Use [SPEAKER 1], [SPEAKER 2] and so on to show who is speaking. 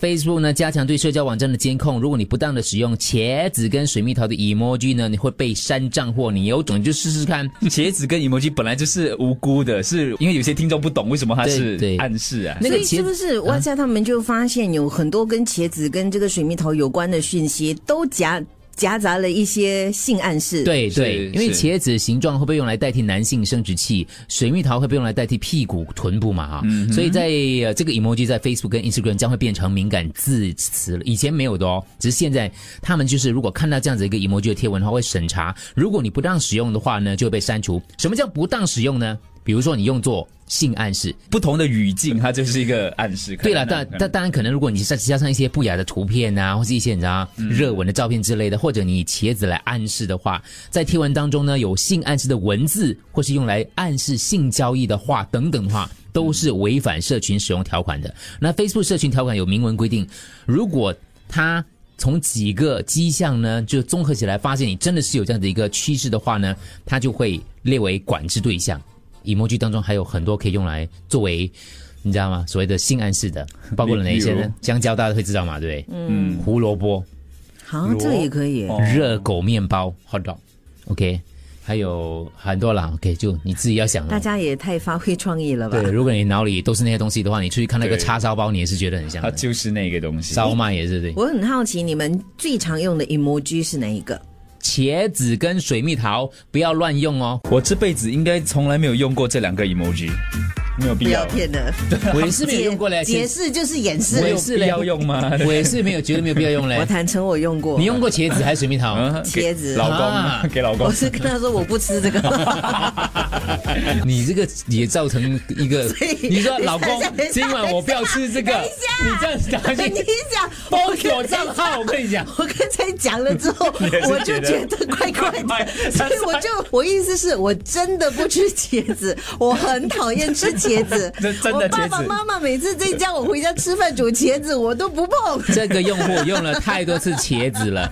[SPEAKER 1] Facebook 呢加强对社交网站的监控，如果你不当的使用茄子跟水蜜桃的 emoji 呢，你会被删账或你有种你就试试看。
[SPEAKER 2] 茄子跟 emoji 本来就是无辜的，是因为有些听众不懂为什么它
[SPEAKER 1] 对
[SPEAKER 2] 是
[SPEAKER 1] 对
[SPEAKER 2] 暗示啊。
[SPEAKER 1] 那
[SPEAKER 3] 所
[SPEAKER 1] 个
[SPEAKER 3] 以
[SPEAKER 1] 茄
[SPEAKER 3] 是不
[SPEAKER 1] 子
[SPEAKER 3] 是哇塞？他们就发现有很多跟茄子跟这个水蜜桃有关的讯息，都夹夹杂了一些性暗示。，
[SPEAKER 1] 对
[SPEAKER 2] 是
[SPEAKER 1] 对，因为
[SPEAKER 2] 是
[SPEAKER 1] 茄子形状会被用来代替男性生殖器，水蜜桃会被用来代替屁股、臀部嘛啊，
[SPEAKER 2] 嗯
[SPEAKER 1] 所以在呃这个 emoji 在 Facebook 跟 Instagram 将会变成敏感字词了，以前没有的哦，只是现在他们就是如果看到这样子一个 emoji 的贴文的话，会审查，如果你不当使用的话呢，就会被删除。什么叫不当使用呢？比如说你用作性暗示，
[SPEAKER 2] 不同的语境，它就是一个暗示。
[SPEAKER 1] 对了，
[SPEAKER 2] 可能
[SPEAKER 1] 但
[SPEAKER 2] 啊
[SPEAKER 1] 但当然可能，如果你再加上一些不雅的图片啊，或是一些你知道热吻的照片之类的，或者你以茄子来暗示的话，在贴文当中呢有性暗示的文字，或是用来暗示性交易的话等等的话。都是违反社群使用条款的。那 Facebook 社群条款有明文规定，如果它从几个迹象呢，就综合起来发现你真的是有这样的一个趋势的话呢，它就会列为管制对象。emoji 当中还有很多可以用来作为，你知道吗？所谓的性暗示的，包括了哪一些
[SPEAKER 2] 例如
[SPEAKER 1] 呢？香蕉大家会知道嘛，对不对？嗯，胡萝卜、
[SPEAKER 3] 好
[SPEAKER 2] 罗，
[SPEAKER 3] 这个也可以。
[SPEAKER 2] 哦
[SPEAKER 1] 热狗面包 （hot dog），OK，、还有很多啦，OK，就你自己要想
[SPEAKER 3] 大
[SPEAKER 1] 了。
[SPEAKER 3] 家也太发挥创意了吧
[SPEAKER 1] 对，？如果你脑里都是那些东西的话，你出去看那个
[SPEAKER 2] 对
[SPEAKER 1] 叉烧包，你也是觉得很像
[SPEAKER 2] 它
[SPEAKER 1] 的。
[SPEAKER 2] 就是那个东西。
[SPEAKER 1] 烧麦也是对，
[SPEAKER 3] 我很好奇，你们最常用的 emoji 是哪一个？
[SPEAKER 1] 茄子跟水蜜桃不要乱用哦。
[SPEAKER 2] 我这辈子应该从来没有用过这两个 emoji，没有必
[SPEAKER 3] 不
[SPEAKER 2] 要
[SPEAKER 3] 要。骗人，
[SPEAKER 1] 我也是没有用过嘞，
[SPEAKER 3] 解
[SPEAKER 1] 茄子
[SPEAKER 3] 释就是掩
[SPEAKER 1] 我
[SPEAKER 2] 没
[SPEAKER 1] 也
[SPEAKER 2] 有
[SPEAKER 3] 饰。
[SPEAKER 1] 是嘞
[SPEAKER 2] 必要用吗？
[SPEAKER 1] 我也是没有觉得没有必要用嘞
[SPEAKER 3] 我。坦诚，我用过。
[SPEAKER 1] 你用过茄子还是水蜜桃？
[SPEAKER 2] 嗯
[SPEAKER 3] 茄子
[SPEAKER 2] 给老公、
[SPEAKER 1] 啊
[SPEAKER 2] 给老公
[SPEAKER 3] 我，是跟他说我不吃 这个，
[SPEAKER 1] 你这个也造成一 个
[SPEAKER 3] 以，
[SPEAKER 1] 你说
[SPEAKER 3] 你
[SPEAKER 1] 老公
[SPEAKER 3] 想想
[SPEAKER 1] 今晚我不要吃这个，
[SPEAKER 3] 等一下
[SPEAKER 1] 你这样子打
[SPEAKER 3] 你
[SPEAKER 1] 去
[SPEAKER 3] 想
[SPEAKER 1] 封锁账号，我跟你 讲，
[SPEAKER 3] 我刚才讲了之 后，我就觉得怪
[SPEAKER 2] 怪
[SPEAKER 3] 怪的，
[SPEAKER 2] 怪。
[SPEAKER 3] 所以我就我意思是我真的不吃茄子，我很讨厌吃茄子
[SPEAKER 2] 这真的
[SPEAKER 3] 我爸
[SPEAKER 2] 茄
[SPEAKER 3] 爸
[SPEAKER 2] 子
[SPEAKER 3] 妈妈每次在家我回家吃饭煮茄子，我都不碰。
[SPEAKER 1] 这个用户用了太多次茄子了。